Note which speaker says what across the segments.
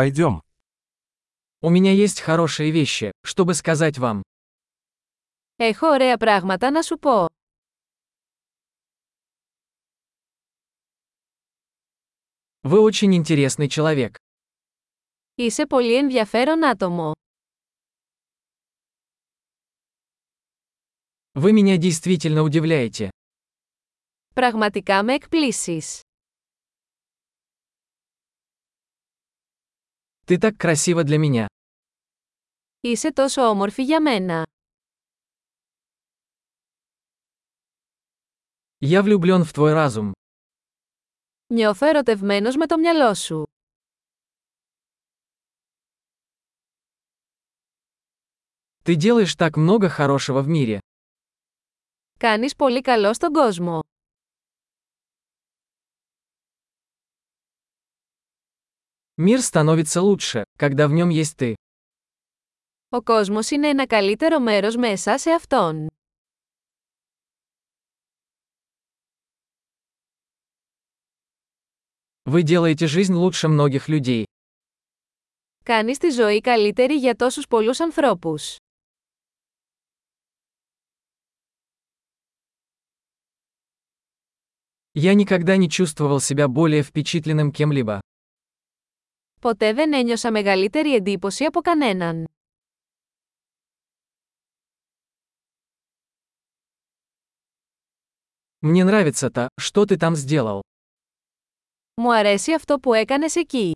Speaker 1: Пойдем.
Speaker 2: У меня есть хорошие вещи, чтобы сказать вам.
Speaker 3: Έχω ωραία πράγματα να σου πω.
Speaker 2: Вы очень интересный человек.
Speaker 3: Είσαι πολύ ενδιαφέρον άτομο.
Speaker 2: Вы меня действительно удивляете.
Speaker 3: Πραγματικά με εκπλήσεις.
Speaker 2: Ты так красива для меня.
Speaker 3: Είσαι τόσο όμορφη για μένα.
Speaker 2: Я влюблен в твой разум.
Speaker 3: Νιώθω ερωτευμένος με το μυαλό σου.
Speaker 2: Ты делаешь так много хорошего в мире.
Speaker 3: Κάνεις πολύ καλό στον κόσμο.
Speaker 2: Мир становится лучше, когда в нем есть ты.
Speaker 3: Ο κόσμος είναι ένα καλύτερο μέρος μέσα σε αυτόν.
Speaker 2: Вы делаете жизнь лучше многих людей.
Speaker 3: Κάνεις τη ζωή καλύτερη για τόσους πολλούς ανθρώπους.
Speaker 2: Я никогда не чувствовал себя более впечатленным кем-либо.
Speaker 3: Ποτέ δεν ένιωσα μεγαλύτερη εντύπωση από κανέναν.
Speaker 2: Мне нравится то, что ты там сделал.
Speaker 3: Μου αρέσει αυτό που έκανες εκεί.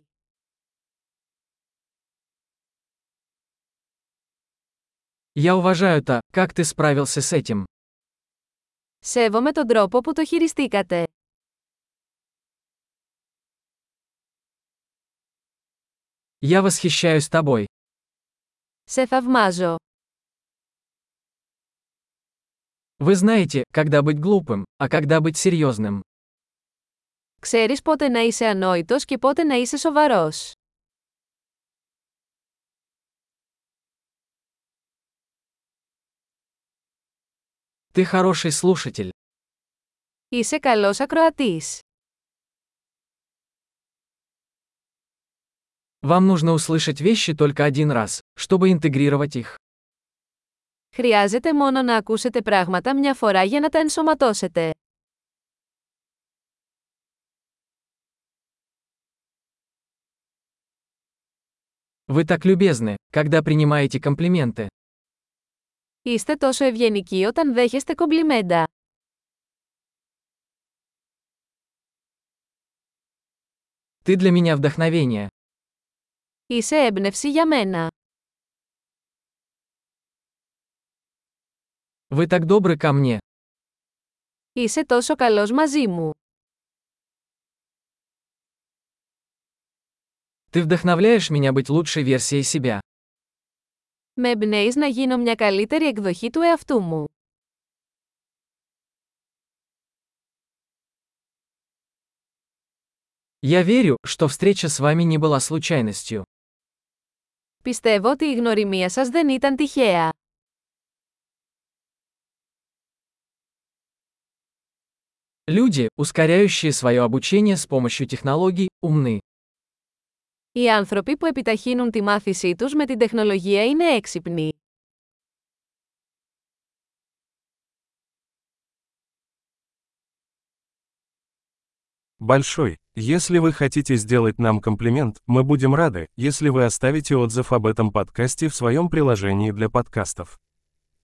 Speaker 2: Я уважаю то, как ты справился с этим.
Speaker 3: Σέβομαι τον τρόπο που το χειριστήκατε.
Speaker 2: Я восхищаюсь тобой.
Speaker 3: Σε θαυμάζω.
Speaker 2: Вы знаете, когда быть глупым, а когда быть серьезным.
Speaker 3: Ξέρεις πότε να είσαι ανόητος και πότε να είσαι σοβαρός.
Speaker 2: Ты хороший слушатель.
Speaker 3: Είσαι καλός ακροατής.
Speaker 2: Вам нужно услышать вещи только один раз, чтобы интегрировать их.
Speaker 3: Χρειάζεται μόνο να ακούσετε πράγματα μια φορά για να τα ενσωματώσετε.
Speaker 2: Вы так любезны, когда принимаете комплименты.
Speaker 3: Είστε τόσο ευγενικοί όταν δέχεστε κομπλιμέντα.
Speaker 2: Ты для меня вдохновение.
Speaker 3: Είσαι έμπνευση για μένα.
Speaker 2: Вы так добры ко мне.
Speaker 3: Είσαι τόσο καλός μαζί μου.
Speaker 2: Ты вдохновляешь меня быть лучшей версией себя.
Speaker 3: Με εμπνέεις να γίνω μια καλύτερη εκδοχή του εαυτού μου.
Speaker 2: Я верю, что встреча с вами не была случайностью.
Speaker 3: Πιστεύω ότι η γνωριμία σας δεν ήταν τυχαία.
Speaker 2: Люди, ускоряющие свое обучение с помощью технологий, умны.
Speaker 3: Οι άνθρωποι που επιταχύνουν τη μάθησή τους με την τεχνολογία είναι έξυπνοι.
Speaker 1: Большой. Если вы хотите сделать нам комплимент, мы будем рады, если вы оставите отзыв об этом подкасте в своем приложении для подкастов.